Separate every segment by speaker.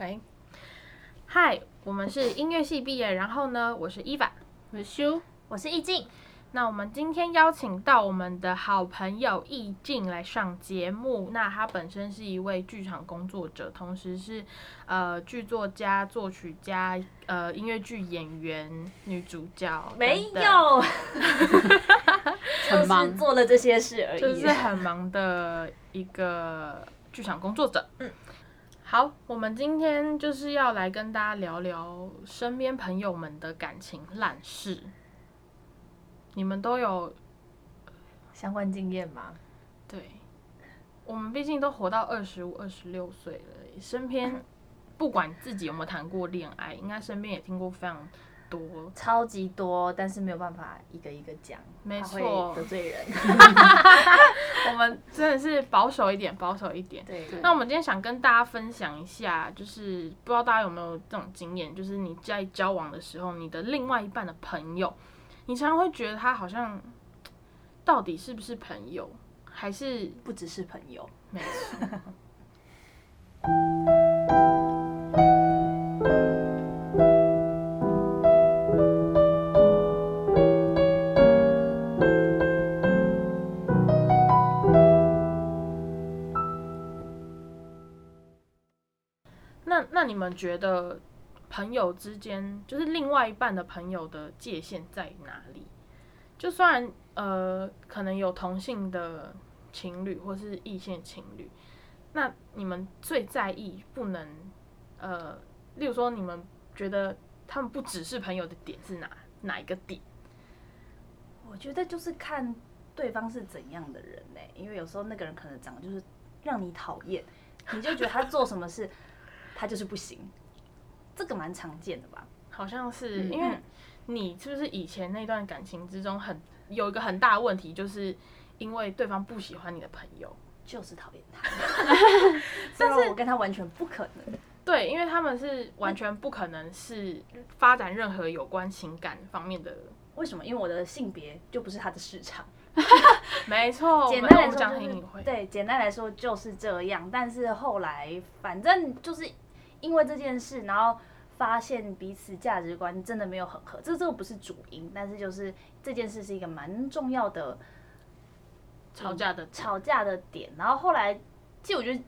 Speaker 1: 喂，嗨，我们是音乐系毕业，然后呢，我是伊凡。
Speaker 2: 我是修，
Speaker 3: 我是易静，
Speaker 1: 那我们今天邀请到我们的好朋友易静来上节目。那他本身是一位剧场工作者，同时是呃剧作家、作曲家、呃音乐剧演员、女主角等等，
Speaker 3: 没 有，
Speaker 2: 很
Speaker 3: 就是
Speaker 2: 忙
Speaker 3: 做了这些事而已。
Speaker 1: 就是很忙的一个剧场工作者。嗯，好，我们今天就是要来跟大家聊聊身边朋友们的感情烂事。你们都有
Speaker 3: 相关经验吗？
Speaker 1: 对，我们毕竟都活到二十五、二十六岁了，身边不管自己有没有谈过恋爱，应该身边也听过非常多。
Speaker 3: 超级多，但是没有办法一个一个讲，
Speaker 1: 没
Speaker 3: 怕
Speaker 1: 错
Speaker 3: 会得罪人。
Speaker 1: 我们真的是保守一点，保守一点。
Speaker 3: 对
Speaker 1: 那我们今天想跟大家分享一下，就是不知道大家有没有这种经验，就是你在交往的时候，你的另外一半的朋友，你常常会觉得他好像到底是不是朋友，还是
Speaker 3: 不只是朋友，
Speaker 1: 没错。那那你们觉得朋友之间，就是另外一半的朋友的界限在哪里？就虽然呃，可能有同性的情侣或是异性情侣，那你们最在意不能呃，例如说你们觉得他们不只是朋友的点是哪哪一个点？
Speaker 3: 我觉得就是看对方是怎样的人呢、因为有时候那个人可能长得就是让你讨厌，你就觉得他做什么事 他就是不行，这个蛮常见的吧？
Speaker 1: 好像是、
Speaker 2: 嗯
Speaker 1: 因为你是不是以前那段感情之中很有一个很大的问题，就是因为对方不喜欢你的朋友。
Speaker 3: 就是讨厌 他，但是我跟他完全不可能。
Speaker 1: 对，因为他们是完全不可能是发展任何有关情感方面的。
Speaker 3: 为什么？因为我的性别就不是他的市场。
Speaker 1: 没错，
Speaker 3: 简
Speaker 1: 我
Speaker 3: 单
Speaker 1: 们哦
Speaker 3: 来
Speaker 1: 我们
Speaker 3: 说、
Speaker 1: 讲
Speaker 3: 就
Speaker 1: 得
Speaker 3: 是，
Speaker 1: 很隐晦。
Speaker 3: 对，简单来说就是这样。但是后来，反正就是因为这件事，然后发现彼此价值观真的没有很合。这这个不是主因，但是就是这件事是一个蛮重要的
Speaker 1: 吵架的
Speaker 3: 吵架的点。然后后来，其实我觉得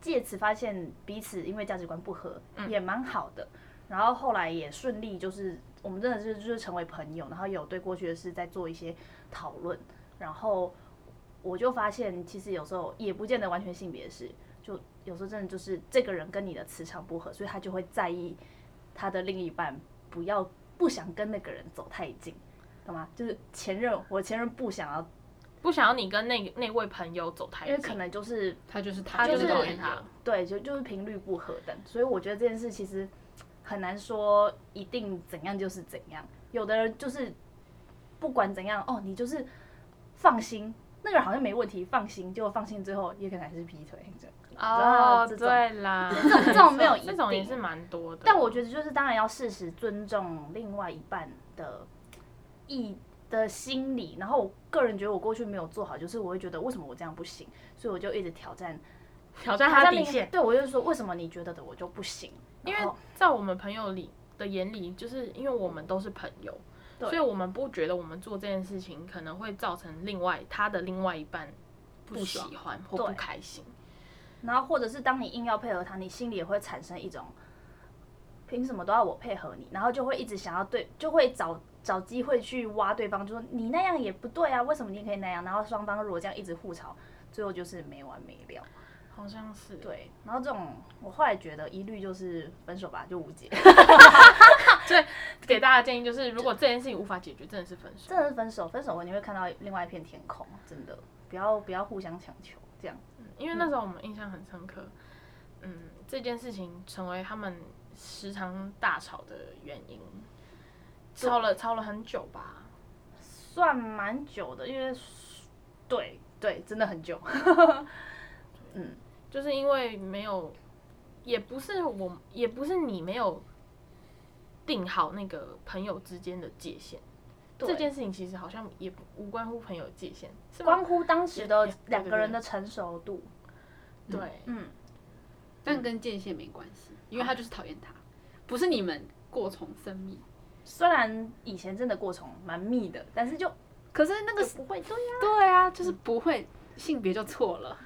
Speaker 3: 借此发现彼此因为价值观不合，也蛮好的。然后后来也顺利，就是我们真的是就是成为朋友，然后有对过去的事在做一些讨论。然后我就发现，其实有时候也不见得完全性别是，就有时候真的就是这个人跟你的磁场不合，所以他就会在意他的另一半不要不想跟那个人走太近，懂吗？就是前任，我前任不想要，
Speaker 1: 不想要你跟那那位朋友走太
Speaker 3: 因
Speaker 1: 近，
Speaker 3: 为可能就是
Speaker 2: 他就是
Speaker 1: 他就是
Speaker 3: 就是
Speaker 1: 讨厌他。
Speaker 3: 对，就就是频率不合等，所以我觉得这件事其实很难说一定怎样就是怎样。有的人就是不管怎样，哦，你就是放心，那个人好像没问题，放心，结果放心之后也可能还是劈腿这样。
Speaker 1: 哦，
Speaker 3: 这种
Speaker 1: 对啦，
Speaker 3: 这种这种没有 一
Speaker 1: 这种也
Speaker 3: 定
Speaker 1: 是蛮多的。
Speaker 3: 但我觉得就是当然要适时尊重另外一半的意的心理，然后我个人觉得我过去没有做好，就是我会觉得为什么我这样不行，所以我就一直挑战
Speaker 1: 挑战他的
Speaker 3: 另
Speaker 1: 底
Speaker 3: 一
Speaker 1: 线，
Speaker 3: 对我就说为什么你觉得的我就不行，
Speaker 1: 因
Speaker 3: 然
Speaker 1: 为
Speaker 3: 后
Speaker 1: 在我们朋友里的眼里，就是因为我们都是朋友，
Speaker 3: 对
Speaker 1: 所以我们不觉得我们做这件事情可能会造成另外他的另外一半不
Speaker 2: 不
Speaker 1: 喜
Speaker 2: 爽
Speaker 1: 欢或
Speaker 3: 对
Speaker 1: 不开心。
Speaker 3: 然后或者是当你硬要配合他，你心里也会产生一种，凭什么都要我配合你？然后就会一直想要对，就会找找机会去挖对方，就说你那样也不对啊，为什么你可以那样？然后双方如果这样一直互吵，最后就是没完没了。
Speaker 1: 好像是，
Speaker 3: 对，然后这种我后来觉得一律就是分手吧，就无解，
Speaker 1: 给大家建议就是，如果这件事情无法解决，真的是分手。
Speaker 3: 真的是分手。分手后你会看到另外一片天空，真的不要不要互相强求这样。
Speaker 1: 因为那时候我们印象很深刻，嗯，这件事情成为他们时常大吵的原因，吵了吵了很久吧。
Speaker 3: 算蛮久的，因为对对，真的很久。
Speaker 1: 就是因为没有，也不是我，也不是你没有定好那个朋友之间的界限。
Speaker 3: 对
Speaker 1: 这件事情其实好像也不无关乎朋友的界限，是吗？
Speaker 3: 关乎当时
Speaker 1: 也
Speaker 3: 的
Speaker 1: 也对
Speaker 3: 两
Speaker 1: 对
Speaker 3: 个人
Speaker 1: 对
Speaker 3: 的成熟度。
Speaker 1: 对，
Speaker 3: 嗯，
Speaker 2: 但跟界限没关系，因为他就是讨厌他，不是你们过从甚密。
Speaker 3: 虽然以前真的过程蛮密的，但是就
Speaker 2: 可是那个
Speaker 3: 不会对呀、
Speaker 2: 对啊，就是不会性别就错了，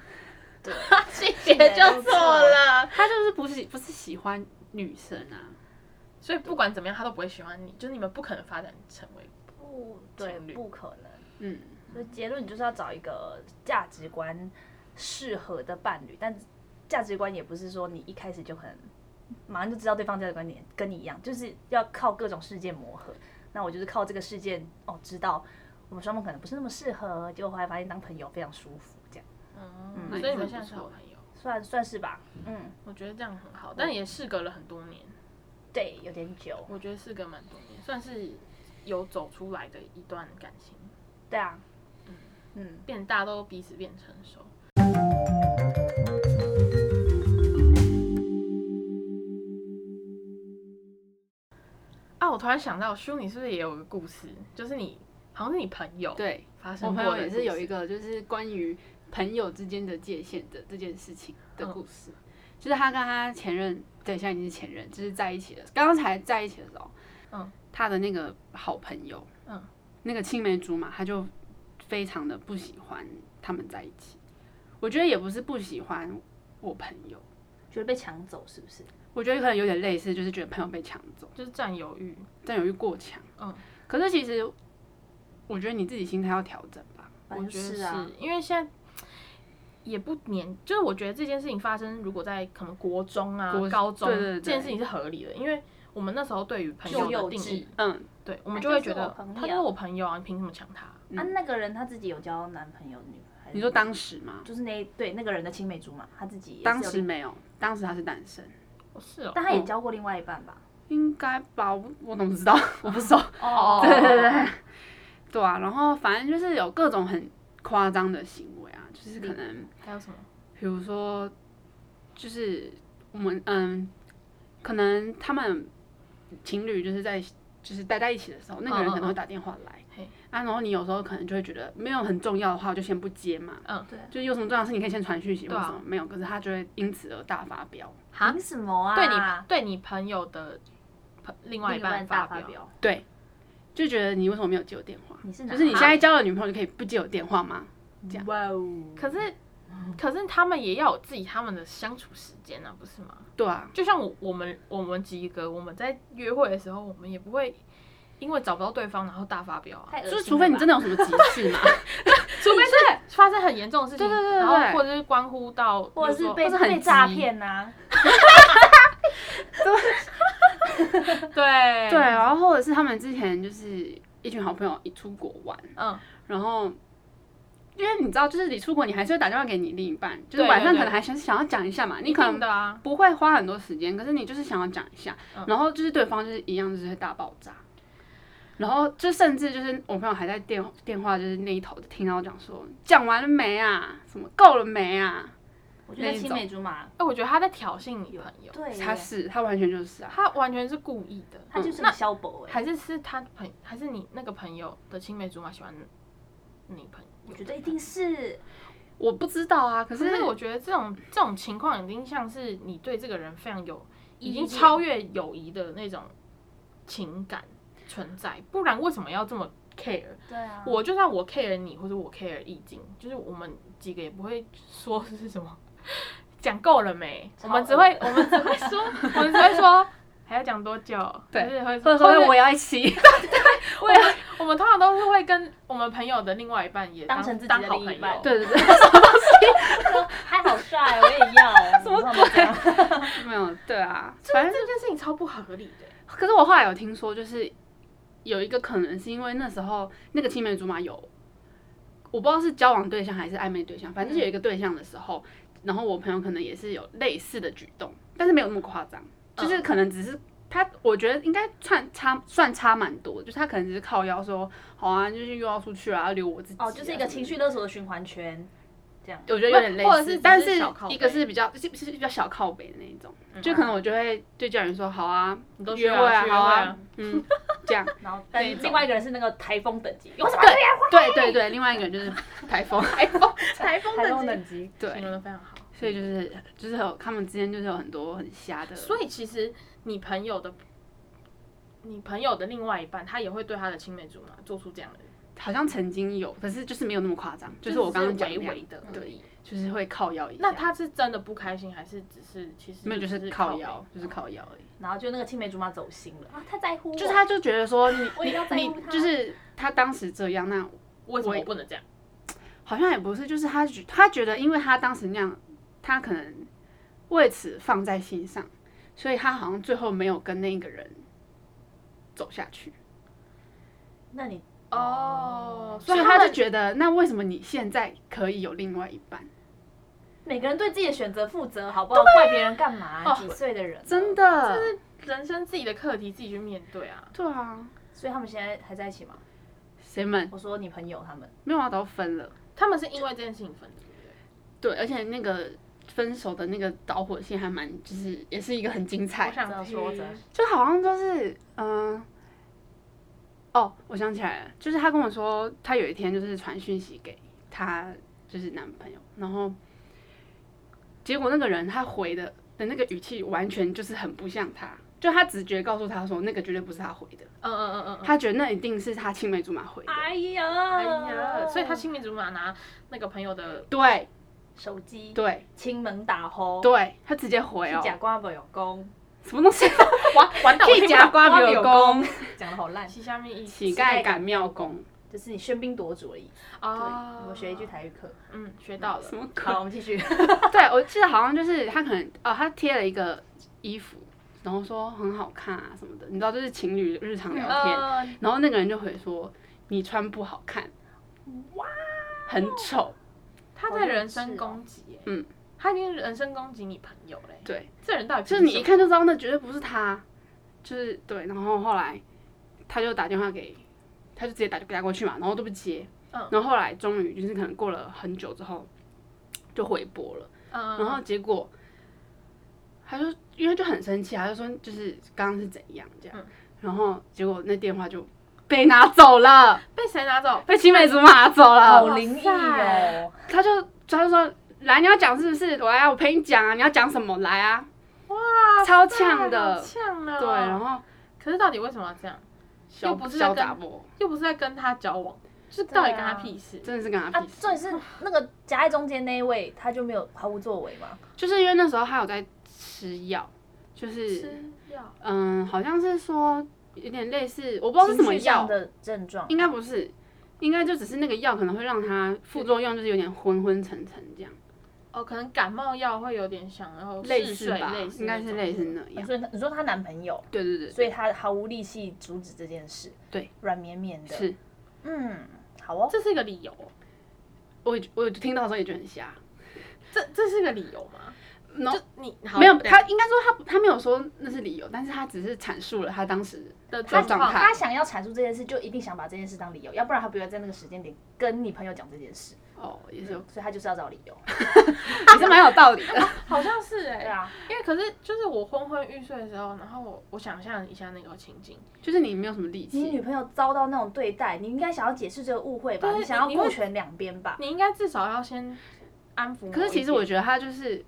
Speaker 1: 性别就错了。
Speaker 2: 他就是不是不是喜欢女生啊，
Speaker 1: 所以不管怎么样，他都不会喜欢你，就是你们不可能发展成为。
Speaker 3: 不对
Speaker 1: 情，侣
Speaker 3: 不可能。
Speaker 2: 嗯，
Speaker 3: 所以结论你就是要找一个价值观适合的伴侣，但价值观也不是说你一开始就很马上就知道对方价值观点跟你一样，就是要靠各种事件磨合。那我就是靠这个事件哦，知道我们双方可能不是那么适合，结果后来发现当朋友非常舒服，这样
Speaker 1: 嗯，所以你们现在是好朋友，
Speaker 3: 算算是吧。嗯，
Speaker 1: 我觉得这样很好，但也事隔了很多年，
Speaker 3: 对，有点久。
Speaker 1: 我觉得事隔蛮多年，算是有走出来的一段感情，
Speaker 3: 对啊，嗯，
Speaker 1: 变大都彼此变成熟。啊，我突然想到，叔，你是不是也有个故事？就是你好像是你朋友
Speaker 2: 对。
Speaker 1: 发啊生
Speaker 2: 我
Speaker 1: 过
Speaker 2: 朋
Speaker 1: 的
Speaker 2: 友也是有一
Speaker 1: 个，
Speaker 2: 个，就是关于朋友之间的界限的这件事情
Speaker 1: 嗯
Speaker 2: 的故事，就是他跟他前任，对，现在已经是前任，就是在一起了，刚刚才在一起的时候，
Speaker 1: 嗯，
Speaker 2: 他的那个好朋友，
Speaker 1: 嗯，
Speaker 2: 那个青梅竹马，他就非常的不喜欢他们在一起，我觉得也不是不喜欢我朋友，
Speaker 3: 觉得被抢走是不是？
Speaker 2: 我觉得可能有点类似，就是觉得朋友被抢走，
Speaker 1: 就是占有欲，
Speaker 2: 占有欲过强，
Speaker 1: 嗯，
Speaker 2: 可是其实我觉得你自己心态要调整吧，
Speaker 3: 反
Speaker 1: 我
Speaker 3: 正
Speaker 1: 觉得
Speaker 3: 是
Speaker 1: 是
Speaker 3: 啊，
Speaker 1: 因为现在也不年，就是我觉得这件事情发生，如果在可能国中啊、
Speaker 2: 国
Speaker 1: 高中
Speaker 2: 对对对
Speaker 1: 这件事情是合理的，因为我们那时候对于朋
Speaker 3: 就
Speaker 1: 友
Speaker 3: 幼
Speaker 1: 的定
Speaker 3: 稚
Speaker 1: 义，
Speaker 2: 嗯，
Speaker 1: 对，我们
Speaker 3: 他
Speaker 1: 就会
Speaker 3: 就是
Speaker 1: 觉得
Speaker 3: 我朋友
Speaker 1: 他就是我朋友啊，你凭什么抢他？
Speaker 2: 嗯
Speaker 3: 啊，那个人他自己有交男朋友、女朋友？
Speaker 2: 你说当时吗？
Speaker 3: 就是那对那个人的青梅竹马，他自己也是有
Speaker 2: 当时，没有，当时他是单身，
Speaker 1: 哦是哦，
Speaker 3: 但他也交过另外一半吧？
Speaker 2: 应该吧？我我怎么 知道？我不熟。
Speaker 1: 哦
Speaker 2: 对对对，对啊。然后反正就是有各种很夸张的行为啊，就是可能
Speaker 1: 还有什么？
Speaker 2: 比如说，就是我们嗯，可能他们情侣就是在就是待在一起的时候，那个人可能会打电话来
Speaker 1: 嗯嗯嘿
Speaker 2: 啊，然后你有时候可能就会觉得没有很重要的话，我就先不接嘛。
Speaker 1: 嗯，
Speaker 3: 对
Speaker 2: 就有什么重要的事，你可以先传讯息，或
Speaker 1: 对啊
Speaker 2: 什么没有，可是他就会因此而大发飙。
Speaker 1: 哈
Speaker 3: 凭什么啊？
Speaker 1: 对你对你朋友的朋另外
Speaker 3: 另
Speaker 1: 一
Speaker 3: 一半
Speaker 1: 半
Speaker 3: 大发
Speaker 1: 表，
Speaker 3: 飙，
Speaker 2: 就觉得你为什么没有接我电话？
Speaker 3: 你是哪
Speaker 2: 就是你现在交了女朋友，就可以不接我电话吗？这样
Speaker 3: 哇哦，
Speaker 1: 可是可是他们也要有自己他们的相处时间啊，不是吗？
Speaker 2: 对啊，
Speaker 1: 就像我我们我们几个我们在约会的时候，我们也不会因为找不到对方然后大发飙啊，
Speaker 3: 太恶心了吧
Speaker 2: 就是除非你真的有什么急事嘛，
Speaker 1: 除非是发生很严重的事情，
Speaker 2: 对对对对
Speaker 1: 然后或者是关乎到，
Speaker 3: 或者
Speaker 1: 比如
Speaker 3: 是
Speaker 1: 说
Speaker 3: 被
Speaker 2: 或是很
Speaker 3: 被诈
Speaker 2: 急
Speaker 3: 骗啊呐，
Speaker 1: 对
Speaker 2: 对，，然后或者是他们之前就是一群好朋友一出国玩，
Speaker 1: 嗯，
Speaker 2: 然后因为你知道，就是你出国，你还是会打电话给你另一半，就是
Speaker 1: 对
Speaker 2: 晚上
Speaker 1: 对对
Speaker 2: 可能还想想要讲一下嘛，你
Speaker 1: 一
Speaker 2: 可
Speaker 1: 定
Speaker 2: 能
Speaker 1: 的啊，
Speaker 2: 不会花很多时间，可是你就是想要讲一下
Speaker 1: 嗯，
Speaker 2: 然后就是对方就是一样就是会大爆炸。然后就甚至就是我朋友还在电电话就是那一头就听到讲说讲完了没啊，什么够了没啊，
Speaker 3: 我觉得
Speaker 2: 那一
Speaker 3: 青梅竹马
Speaker 1: 哎，我觉得他在挑衅你朋友，
Speaker 3: 对耶，
Speaker 2: 他是他完全就是啊，
Speaker 1: 他完全是故意的，嗯
Speaker 3: 他就是
Speaker 1: 那
Speaker 3: 个消博哎，
Speaker 1: 还是是他朋还是你那个朋友的青梅竹马喜欢你朋友？
Speaker 3: 我觉得一定是
Speaker 2: 我不知道啊，可
Speaker 1: 可是
Speaker 2: 是
Speaker 1: 我觉得这种这种情况已经像是你对这个人非常有，已
Speaker 3: 依
Speaker 1: 经
Speaker 3: 恋
Speaker 1: 超越友谊的那种情感存在，不然为什么要这么 care？
Speaker 3: 对啊，
Speaker 1: 我就算我 care 你，或者我 care 易经，就是我们几个也不会说是什么，讲够了没？我
Speaker 3: 超
Speaker 1: 们只
Speaker 3: 恶
Speaker 1: 会我们只会说，我们只会说还要讲多久？
Speaker 2: 对
Speaker 1: 就是会
Speaker 2: 或者
Speaker 1: 或
Speaker 2: 说
Speaker 1: 者
Speaker 2: 我要一起，
Speaker 1: 我也我们通常都是会跟我们朋友的另外一半也
Speaker 3: 当成自己
Speaker 1: 当
Speaker 3: 的
Speaker 1: 好
Speaker 3: 另一
Speaker 1: 朋友
Speaker 3: 半，
Speaker 2: 对对对，
Speaker 3: 他好帅，我也 要，什么鬼？
Speaker 2: 没有对啊，
Speaker 1: 这
Speaker 2: 反正
Speaker 1: 这件事情超不合理的。
Speaker 2: 可是我后来有听说，就是有一个可能是因为那时候那个青梅竹马有，我不知道是交往对象还是暧昧对象，反正就是有一个对象的时候，然后我朋友可能也是有类似的举动，但是没有那么夸张，就是可能只是。他我觉得应该算差算差蛮多，就是他可能只是靠腰说，好啊，就是又要出去啊，留我自己、啊。
Speaker 3: 哦，就是一个
Speaker 2: 什
Speaker 3: 情
Speaker 2: 么的
Speaker 3: 绪勒索的循环圈，这样
Speaker 2: 我觉得有点类似，
Speaker 1: 或者是只是
Speaker 2: 但是
Speaker 1: 小靠背嗯
Speaker 2: 一个是比较是是比较小靠北的那一种，就可能我就会对家人说好啊，
Speaker 1: 你都去
Speaker 2: 约
Speaker 1: 啊
Speaker 2: 会
Speaker 1: 去约
Speaker 2: 好
Speaker 1: 会啊
Speaker 2: 啊，嗯，这样，
Speaker 3: 然后但是
Speaker 2: 对
Speaker 3: 另外一个人是那个台风等级，有什么
Speaker 2: 对
Speaker 1: 哎
Speaker 2: 对对对，另外一个人就是台风，台风，
Speaker 1: 台风
Speaker 3: 台风等级？
Speaker 2: 对
Speaker 1: 形容的非常好。
Speaker 2: 所以就是就是有他们之间就是有很多很瞎的，
Speaker 1: 所以其实你朋友的，你朋友的另外一半，他也会对他的青梅竹马做出这样的，
Speaker 2: 好像曾经有，可是就是没有那么夸张，就是我刚刚讲
Speaker 1: 唯
Speaker 2: 那样
Speaker 1: 唯的，
Speaker 2: 对，
Speaker 1: 对。
Speaker 2: 就是会靠腰一下。
Speaker 1: 那他是真的不开心，还是只是其实
Speaker 2: 没有就
Speaker 1: 只
Speaker 2: 是
Speaker 1: 是
Speaker 2: 靠
Speaker 1: 北
Speaker 2: 腰，就是靠腰而已。
Speaker 3: 然后就那个青梅竹马走心了啊，他在乎我，
Speaker 2: 就是他就觉得说你
Speaker 3: 我也要在
Speaker 2: 你
Speaker 3: 乎他，
Speaker 2: 就是他当时这样，那
Speaker 1: 为什么我不能这样？
Speaker 2: 好像也不是，就是他觉他觉得，因为他当时那样，他可能为此放在心上，所以他好像最后没有跟那一个人走下去，
Speaker 3: 那你
Speaker 1: 哦，
Speaker 2: 所
Speaker 1: 所
Speaker 2: 以
Speaker 1: 以
Speaker 2: 他
Speaker 1: 们
Speaker 2: 就觉得，那为什么你现在可以有另外一半？
Speaker 3: 每个人对自己的选择负责，好不好？怪别人干嘛？
Speaker 1: 哦
Speaker 3: 几岁的人
Speaker 2: 真
Speaker 3: 的，
Speaker 2: 的，
Speaker 1: 人生自己的课题自己去面对啊。
Speaker 2: 对啊，
Speaker 3: 所以他们现在还在一起吗？
Speaker 2: 谁们
Speaker 3: 我说你朋友他们，
Speaker 2: 没有啊，都分了。
Speaker 1: 他们是因为这件事情分的，对不对？
Speaker 2: 对，而且那个分手的那个导火线还蛮，就是也是一个很精彩
Speaker 1: 我，想
Speaker 3: 这样
Speaker 1: 听嗯
Speaker 3: 说着
Speaker 2: 就好像就是嗯、哦，我想起来了，就是她跟我说，她有一天就是传讯息给她就是男朋友，然后结果那个人他回的的那个语气完全就是很不像她，就她直觉告诉她说那个绝对不是她回的，
Speaker 1: 嗯嗯嗯嗯嗯。
Speaker 2: 她觉得那一定是她青梅竹马回的，
Speaker 3: 哎呀
Speaker 1: 哎呀，所以他青梅竹马拿那个朋友的，
Speaker 2: 对
Speaker 3: 手机
Speaker 2: 对
Speaker 3: 亲门打吼，
Speaker 2: 对，她直接回
Speaker 3: 去
Speaker 2: 哦，
Speaker 3: 假瓜不有功，
Speaker 2: 什么东西？
Speaker 1: 完完蛋，我
Speaker 2: 屁
Speaker 1: 听不
Speaker 2: 假
Speaker 1: 懂。
Speaker 2: 瓜没有功，
Speaker 3: 讲的好烂，
Speaker 1: 其下面一
Speaker 2: 乞丐赶庙公，
Speaker 3: 就是你喧宾夺主而已。
Speaker 1: 啊，
Speaker 3: 我学一句，台语课。
Speaker 1: 嗯，学到了
Speaker 2: 什。么鬼？
Speaker 3: 好，我们继续。
Speaker 2: 对，我记得好像就是他可能哦，他贴了一个衣服，然后说很好看啊什么的，你知道，就是情侣日
Speaker 3: 嗯
Speaker 2: 常聊天，
Speaker 1: 呃，
Speaker 2: 然后那个人就回说你穿不好看，哇，很丑，
Speaker 1: 他
Speaker 3: 好
Speaker 1: 在
Speaker 3: 像
Speaker 1: 人
Speaker 3: 是
Speaker 1: 身
Speaker 3: 哦
Speaker 1: 攻击耶，
Speaker 2: 嗯，
Speaker 1: 他已经人身攻击你朋友嘞，
Speaker 2: 对，
Speaker 1: 这人到底
Speaker 2: 就是
Speaker 1: 凭
Speaker 2: 你
Speaker 1: 什
Speaker 2: 一
Speaker 1: 么
Speaker 2: 看就知道那绝对不是他，就是对，然后后来他就打电话给，他就直接打给他过去嘛，然后都不接，
Speaker 1: 嗯
Speaker 2: 然后后来终于就是可能过了很久之后就回拨了。
Speaker 1: 嗯，
Speaker 2: 然后结果，他就因为就很生气啊，他就说就是刚刚是怎样这
Speaker 1: 嗯
Speaker 2: 样，然后结果那电话就被拿走了，
Speaker 1: 嗯被谁拿走？
Speaker 2: 被青梅竹马拿走
Speaker 3: 好
Speaker 2: 了，
Speaker 3: 灵异哦！
Speaker 2: 他就他就说来你要讲是不是？我来啊，我陪你讲啊，你要讲什么来啊？哇，超呛
Speaker 1: 好
Speaker 2: 的，
Speaker 1: 呛啊！
Speaker 2: 对，然后
Speaker 1: 可是到底为什么要这样？
Speaker 2: 小
Speaker 1: 又不是在
Speaker 2: 小
Speaker 1: 跟
Speaker 2: 打波，
Speaker 1: 又不是在跟他交往，就是到底
Speaker 3: 对啊
Speaker 1: 跟他屁事？
Speaker 2: 真的是跟他
Speaker 3: 啊
Speaker 2: 屁，事，
Speaker 3: 重点是那个夹在中间那一位，他就没有毫无作为嘛？
Speaker 2: 就是因为那时候他有在吃药，就是
Speaker 1: 吃药
Speaker 2: 嗯，好像是说有点类似，我不知道是什么
Speaker 3: 情绪上
Speaker 2: 药，
Speaker 3: 的症状，啊
Speaker 2: 应该不是，应该就只是那个药可能会让他副作用就是有点昏昏沉沉这样，
Speaker 1: 哦，可能感冒药会有点像，然后
Speaker 2: 类
Speaker 1: 哦嗜
Speaker 2: 似
Speaker 1: 睡
Speaker 2: 吧
Speaker 1: 类，似
Speaker 2: 应该
Speaker 1: 那
Speaker 2: 是
Speaker 1: 种
Speaker 2: 类似那样。
Speaker 3: 所以他你说她男朋友，
Speaker 2: 对对对，
Speaker 3: 所以她毫无力气阻止这件事，
Speaker 2: 对，
Speaker 3: 软绵绵的，
Speaker 2: 是
Speaker 3: 嗯，好哦，
Speaker 1: 这是一个理由，
Speaker 2: 我也我有听到的时候也觉得很瞎。
Speaker 1: 这这是个理由吗？
Speaker 2: 然后
Speaker 1: 就你好
Speaker 2: 没有，
Speaker 1: 等
Speaker 2: 他应该说他他没有说那是理由，但是他只是阐述了他当时
Speaker 1: 的
Speaker 2: 这
Speaker 1: 状
Speaker 2: 状
Speaker 1: 况，
Speaker 2: 态
Speaker 3: 她。想要阐述这件事，就一定想把这件事当理由，要不然她不要在那个时间点跟你朋友讲这件事，
Speaker 2: 哦，也是有，
Speaker 3: 所以她就是要找理由。
Speaker 2: 啊也是蛮有道理的。
Speaker 1: 好像是
Speaker 2: 欸
Speaker 1: 哎、
Speaker 3: 对啊，
Speaker 1: 因为可是就是我昏昏欲睡的时候，然后我我想象一下那个情景，
Speaker 2: 就是你没有什么力
Speaker 3: 你女
Speaker 2: 气，
Speaker 3: 朋友遭到那种对待，你应该想要解释这个误会吧？
Speaker 1: 对
Speaker 3: 你想要
Speaker 1: 你你会
Speaker 3: 顾全两边吧？
Speaker 1: 你应该至少要先安抚。
Speaker 2: 可是其实我，觉得他就是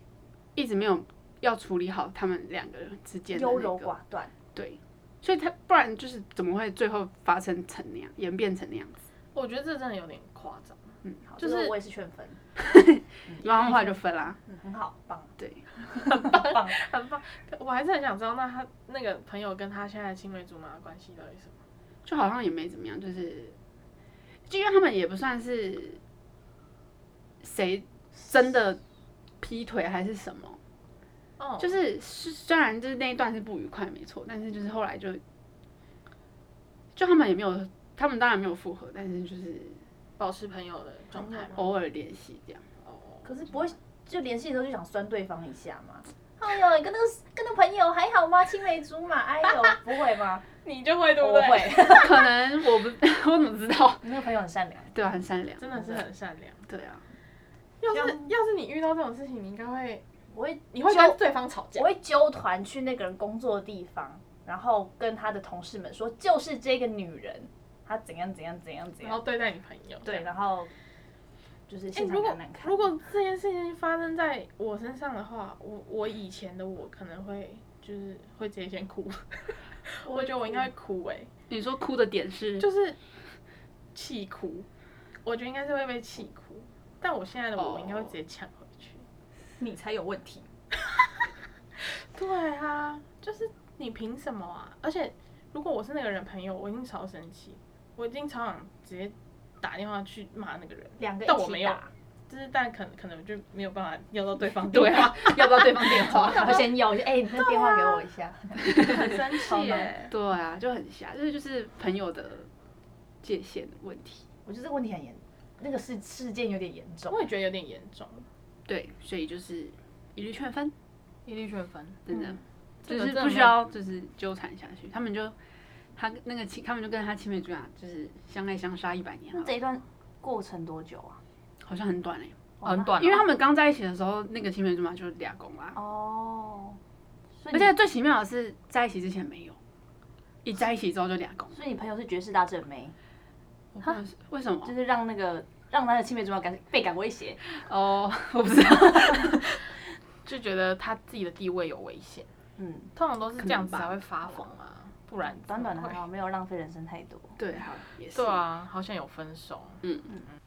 Speaker 2: 一直没有要处理好他们两个人之间的
Speaker 3: 优
Speaker 2: 那
Speaker 3: 柔
Speaker 2: 个
Speaker 3: 寡断，
Speaker 2: 对，所以他不然就是怎么会最后发生成那样，演变成那样子？
Speaker 1: 我觉得这真的有点夸张。
Speaker 3: 好
Speaker 1: 就
Speaker 3: 这个
Speaker 1: 是
Speaker 3: 我也是劝分，
Speaker 2: 然后后来就分啦。
Speaker 3: 嗯，很好，棒，
Speaker 2: 对，
Speaker 3: 棒棒。
Speaker 1: 很棒，可我还是很想知道，那他那个朋友跟他现在的青梅竹马的关系到底是什么？
Speaker 2: 就好像也没怎么样，就是，就因为他们也不算是谁真的劈腿还是什么，
Speaker 1: 哦，
Speaker 2: 就是是虽然就是那一段是不愉快没错，但是就是后来就，就他们也没有，他们当然没有复合，但是就是
Speaker 1: 嗯保持朋友的状态嘛。
Speaker 2: 偶尔联系这样。
Speaker 1: 哦，
Speaker 3: 可是不会就联系的时候就想酸对方一下嘛？哎呦，你跟那个跟那朋友还好吗？青梅竹马，哎呦，不会吗？
Speaker 1: 你就会对不
Speaker 3: 我
Speaker 1: 对？
Speaker 3: 会，
Speaker 2: 可能我不 我怎么知道？
Speaker 3: 你那个朋友很善良，
Speaker 2: 对啊，很善良，
Speaker 1: 真的是很善良。
Speaker 2: 对啊，
Speaker 1: 要是要是你遇到这种事情，你应该会
Speaker 3: 我会
Speaker 1: 你会跟对方吵架
Speaker 3: 我。会揪团去那个人工作的地方，然后跟他的同事们说，就是这个女人，她怎样怎样怎样怎
Speaker 4: 哦
Speaker 1: 然后
Speaker 3: 样，
Speaker 1: 对待你朋友，
Speaker 3: 对，然后就是
Speaker 1: 哎、
Speaker 3: 现
Speaker 1: 如
Speaker 3: 场
Speaker 1: 果
Speaker 3: 感难看。
Speaker 1: 如果这件事情发生在我身上的话，我我以前的我可能会就是会直接先 哭，我觉得我应该会哭哎、
Speaker 2: 你说哭的点是，
Speaker 1: 就是气哭，我觉得应该是会被气哭，但我现在的我我应该会直接抢回去。
Speaker 4: 你才有问题。
Speaker 1: 对啊，就是你凭什么啊？而且如果我是那个人朋友，我一定超生气，我一定超想直接打电话去骂那个人，
Speaker 4: 两个
Speaker 1: 但
Speaker 4: 一
Speaker 1: 我
Speaker 4: 起
Speaker 1: 没有
Speaker 4: 打，
Speaker 1: 就是但可能可能就没有办法要到 对方
Speaker 2: 对
Speaker 1: 电话，
Speaker 2: 啊，要不要对方 电话？
Speaker 4: 然后先要，就哎、你那电话给我一 下。
Speaker 1: 很生
Speaker 3: 超
Speaker 1: 气耶、
Speaker 3: 难
Speaker 2: 对啊，就很瞎，这就是朋友的界限问题。
Speaker 4: 我觉得这个问题很严，那个事事件有点严重
Speaker 1: 我。也觉得有点严重，
Speaker 2: 对，所以就是一律劝分，
Speaker 1: 一律劝分，
Speaker 2: 真的，
Speaker 1: 嗯这
Speaker 2: 就
Speaker 1: 个
Speaker 2: 是
Speaker 1: 真的
Speaker 2: 不
Speaker 1: 没
Speaker 2: 需
Speaker 1: 有
Speaker 2: 要就是纠缠下去。他们就他那个亲，他们就跟他青梅竹马啊就是相爱相杀一百年好
Speaker 3: 那
Speaker 2: 了，
Speaker 3: 这一段过程多久啊？
Speaker 2: 好像很短嘞、欸
Speaker 1: 哦
Speaker 2: 啊
Speaker 4: 很
Speaker 1: 啊
Speaker 4: 短
Speaker 2: 因为他们刚在一起的时候，那个青梅竹马就是俩公啦。
Speaker 3: 哦，所以
Speaker 2: 而
Speaker 3: 你
Speaker 2: 且最奇妙的是，在一起之前没有，一在一起之后就俩公。
Speaker 3: 所以你朋友是绝世大正妹，
Speaker 2: 我不知道是为什么
Speaker 3: 就？是让那个让他的青梅竹马感倍感威胁。
Speaker 2: 哦，我不知道。
Speaker 1: 就觉得他自己的地位有危险，
Speaker 3: 嗯，
Speaker 1: 通常都是这样子
Speaker 2: 可能吧
Speaker 1: 才会发疯啊，不然
Speaker 3: 短短的还哦
Speaker 1: 怎么
Speaker 3: 好，没有浪费人生太多。
Speaker 1: 啊
Speaker 2: 对，好，也是。
Speaker 1: 会对，啊，好想有分手，
Speaker 2: 嗯
Speaker 1: 嗯嗯，